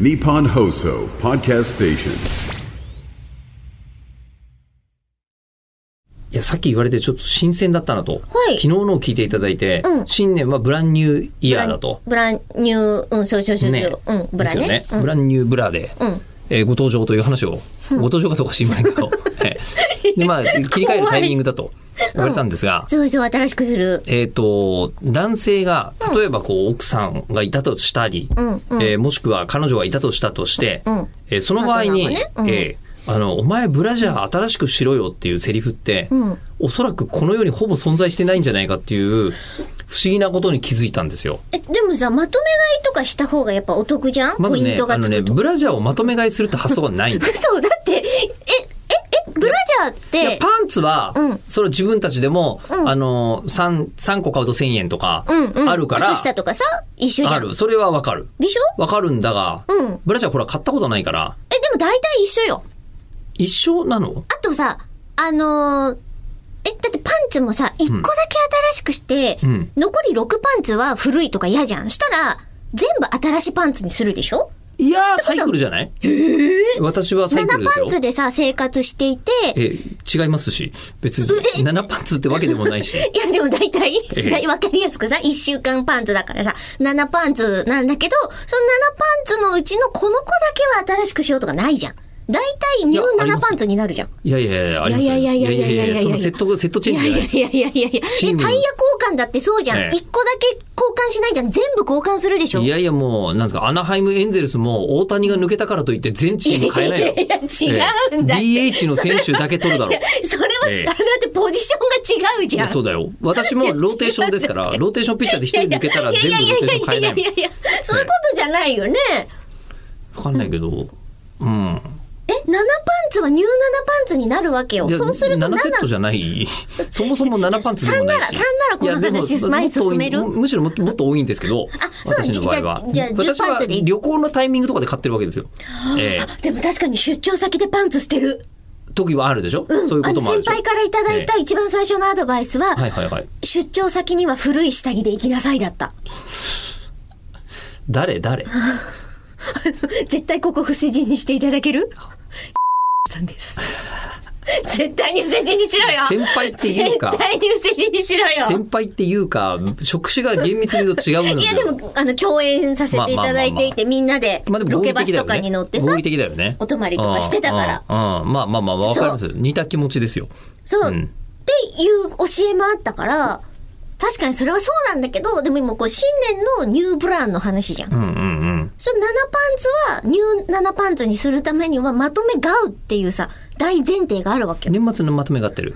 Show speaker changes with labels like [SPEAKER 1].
[SPEAKER 1] Nippon Hoso Podcast Station.
[SPEAKER 2] いや、さっき言われてちょっと新鮮だったなと。
[SPEAKER 3] はい
[SPEAKER 2] 昨日のを聞いていただいて、
[SPEAKER 3] うん
[SPEAKER 2] 新年はブランニューイ
[SPEAKER 3] ブラ
[SPEAKER 2] ヤー
[SPEAKER 3] ン
[SPEAKER 2] だと。
[SPEAKER 3] ブランニュー、うん、そうそうそうそう、
[SPEAKER 2] ね
[SPEAKER 3] うん、ブラね。
[SPEAKER 2] ですよブランニューブラで、
[SPEAKER 3] うん
[SPEAKER 2] えーご登場という話を、ご登場かどうか知りませんけ ど、ええで、まあ、切り替えるタイミングだと言われたんですが、
[SPEAKER 3] そうそう、新しくする。
[SPEAKER 2] えっ、と、男性が、例えばこう、奥さんがいたとしたり、
[SPEAKER 3] んう
[SPEAKER 2] えーもしくは彼女がいたとしたとして、
[SPEAKER 3] ん
[SPEAKER 2] えーその場合に、
[SPEAKER 3] パートナーがねうん
[SPEAKER 2] えーあの、お前ブラジャー新しくしろよっていうセリフって、
[SPEAKER 3] ん
[SPEAKER 2] おそらくこの世にほぼ存在してないんじゃないかっていう、不思議なことに気づいたんですよ。
[SPEAKER 3] え、でもさ、まとめ買いとかした方がやっぱお得じゃん、
[SPEAKER 2] ま
[SPEAKER 3] ポ
[SPEAKER 2] ず
[SPEAKER 3] イン
[SPEAKER 2] ね
[SPEAKER 3] ト、
[SPEAKER 2] あ
[SPEAKER 3] が
[SPEAKER 2] の
[SPEAKER 3] つ
[SPEAKER 2] ね、
[SPEAKER 3] くと。
[SPEAKER 2] ブラジャーをまとめ買いするって発想がないんです。
[SPEAKER 3] そう、だって、え、え、 え、ブラジャーっ
[SPEAKER 2] いや
[SPEAKER 3] て
[SPEAKER 2] パ、ンツは、
[SPEAKER 3] うん
[SPEAKER 2] それ自分たちでも、あの、3、三個買うと1000円とか
[SPEAKER 3] うん、うん。
[SPEAKER 2] あるから、
[SPEAKER 3] 靴下とかさ、一緒
[SPEAKER 2] あ
[SPEAKER 3] じゃん。
[SPEAKER 2] る。それはわかる。
[SPEAKER 3] でしょ
[SPEAKER 2] わかるんだが、
[SPEAKER 3] うん
[SPEAKER 2] ブラジャーこれは買ったことないから、
[SPEAKER 3] え、でも大体一緒よ。
[SPEAKER 2] 一緒なの
[SPEAKER 3] あとさ、あのーえ、だってパンツもさ、一個だけ新しくして、
[SPEAKER 2] うん
[SPEAKER 3] 残り6パンツは古いとか嫌じゃん。したら、全部新しいパンツにするでしょ
[SPEAKER 2] いやー、サイクルじゃない私はサイ
[SPEAKER 3] ?7
[SPEAKER 2] クルです
[SPEAKER 3] パ
[SPEAKER 2] よ
[SPEAKER 3] ン。ツでさ、生活していて、い
[SPEAKER 2] え、違いますし、別に、7パンツってわけでもないし。
[SPEAKER 3] や、でも大体、
[SPEAKER 2] ええ
[SPEAKER 3] 大わかりやすくさ、1週間パンツだからさ、7パンツなんだけど、その7パンツのうちのこの子だけは新しくしようとかないじゃん。大体ニ
[SPEAKER 2] や
[SPEAKER 3] ュ
[SPEAKER 2] ありま
[SPEAKER 3] ー7
[SPEAKER 2] す
[SPEAKER 3] パンツになるじゃん。
[SPEAKER 2] いやいやいや、あります
[SPEAKER 3] いやいやいやいやいやいやいや
[SPEAKER 2] そのセット、セットチェ
[SPEAKER 3] い
[SPEAKER 2] ンジじゃ
[SPEAKER 3] や
[SPEAKER 2] な
[SPEAKER 3] い
[SPEAKER 2] い
[SPEAKER 3] や
[SPEAKER 2] で
[SPEAKER 3] いやいやいやいや。え
[SPEAKER 2] チーム
[SPEAKER 3] タイヤ交換だってそうじゃん。
[SPEAKER 2] ええ
[SPEAKER 3] 一個だけ交換しないじゃん。全部交換するでしょ。
[SPEAKER 2] い
[SPEAKER 3] いや
[SPEAKER 2] やいやもう、なんですか、アナハイムエンゼルスも大谷が抜けたからといって全チーム変えないだろ。
[SPEAKER 3] いや違うんだって。
[SPEAKER 2] ええ DH の選手だけ取るだろ。
[SPEAKER 3] それは、
[SPEAKER 2] ええ
[SPEAKER 3] だってポジションが違うじ
[SPEAKER 2] い
[SPEAKER 3] ゃ
[SPEAKER 2] や
[SPEAKER 3] ん。
[SPEAKER 2] そうだよ。私もローテーションですから、ローテーションピッチャーで一人抜けたら全部ローテーション変えない
[SPEAKER 3] やいやいやいやいやいやい
[SPEAKER 2] い
[SPEAKER 3] やいやそういうことじゃないよね。
[SPEAKER 2] もん。わかんないけど、うん。
[SPEAKER 3] え、7パンツはニュー7パンツになるわけよ。
[SPEAKER 2] いや
[SPEAKER 3] そうすると7
[SPEAKER 2] 7セットじゃ ない。そもそも7パンツでもないし。
[SPEAKER 3] 三なら三ならこの
[SPEAKER 2] いやでも
[SPEAKER 3] 話前進める
[SPEAKER 2] もっと多いむしろもっともっと多いんですけど、
[SPEAKER 3] そう
[SPEAKER 2] 私の場合は。
[SPEAKER 3] じゃあじゃあじゃ
[SPEAKER 2] 私は
[SPEAKER 3] あ10パンツでいい
[SPEAKER 2] 旅行のタイミングとかで買ってるわけですよ。ええ
[SPEAKER 3] あでも確かに出張先でパンツ捨てる。
[SPEAKER 2] 時はあるでしょ、そういう
[SPEAKER 3] あ
[SPEAKER 2] こ
[SPEAKER 3] の
[SPEAKER 2] ともある
[SPEAKER 3] 先
[SPEAKER 2] でしょ
[SPEAKER 3] 輩からいただいた一番最初のアドバイスは、
[SPEAKER 2] はいはいはい。
[SPEAKER 3] 出張先には古い下着で行きなさいだった。
[SPEAKER 2] 誰誰
[SPEAKER 3] 絶対ここ不正人にしていただけるさんです。絶対に不正人にしろよ
[SPEAKER 2] 先輩っていうか
[SPEAKER 3] 絶対に不正人にしろよ
[SPEAKER 2] 先輩っていうか、職種が厳密に言うと違うんで
[SPEAKER 3] い
[SPEAKER 2] す
[SPEAKER 3] や
[SPEAKER 2] よ。
[SPEAKER 3] でも、あの、共演させていただいていて、みんなで
[SPEAKER 2] まあで、も
[SPEAKER 3] ロ
[SPEAKER 2] 合
[SPEAKER 3] ケ
[SPEAKER 2] 理
[SPEAKER 3] バ
[SPEAKER 2] 的
[SPEAKER 3] ス
[SPEAKER 2] だよ
[SPEAKER 3] と
[SPEAKER 2] ね
[SPEAKER 3] かに乗ってさ
[SPEAKER 2] 合、理的だよね。
[SPEAKER 3] お泊まりとかしてたから
[SPEAKER 2] うん。うんうんまあまあまあまあ、わかります
[SPEAKER 3] そ
[SPEAKER 2] よ。似た気持ちですよ。
[SPEAKER 3] そう、
[SPEAKER 2] うん
[SPEAKER 3] っていう教えもあったから、確かにそれはそうなんだけど、でも今こう、新年のニューブランの話じゃん。
[SPEAKER 2] うんうんうん。
[SPEAKER 3] その7パンツは、ニュー7パンツにするためには、まとめ買うっていうさ、大前提があるわけよ。
[SPEAKER 2] 年末のまとめが合ってる。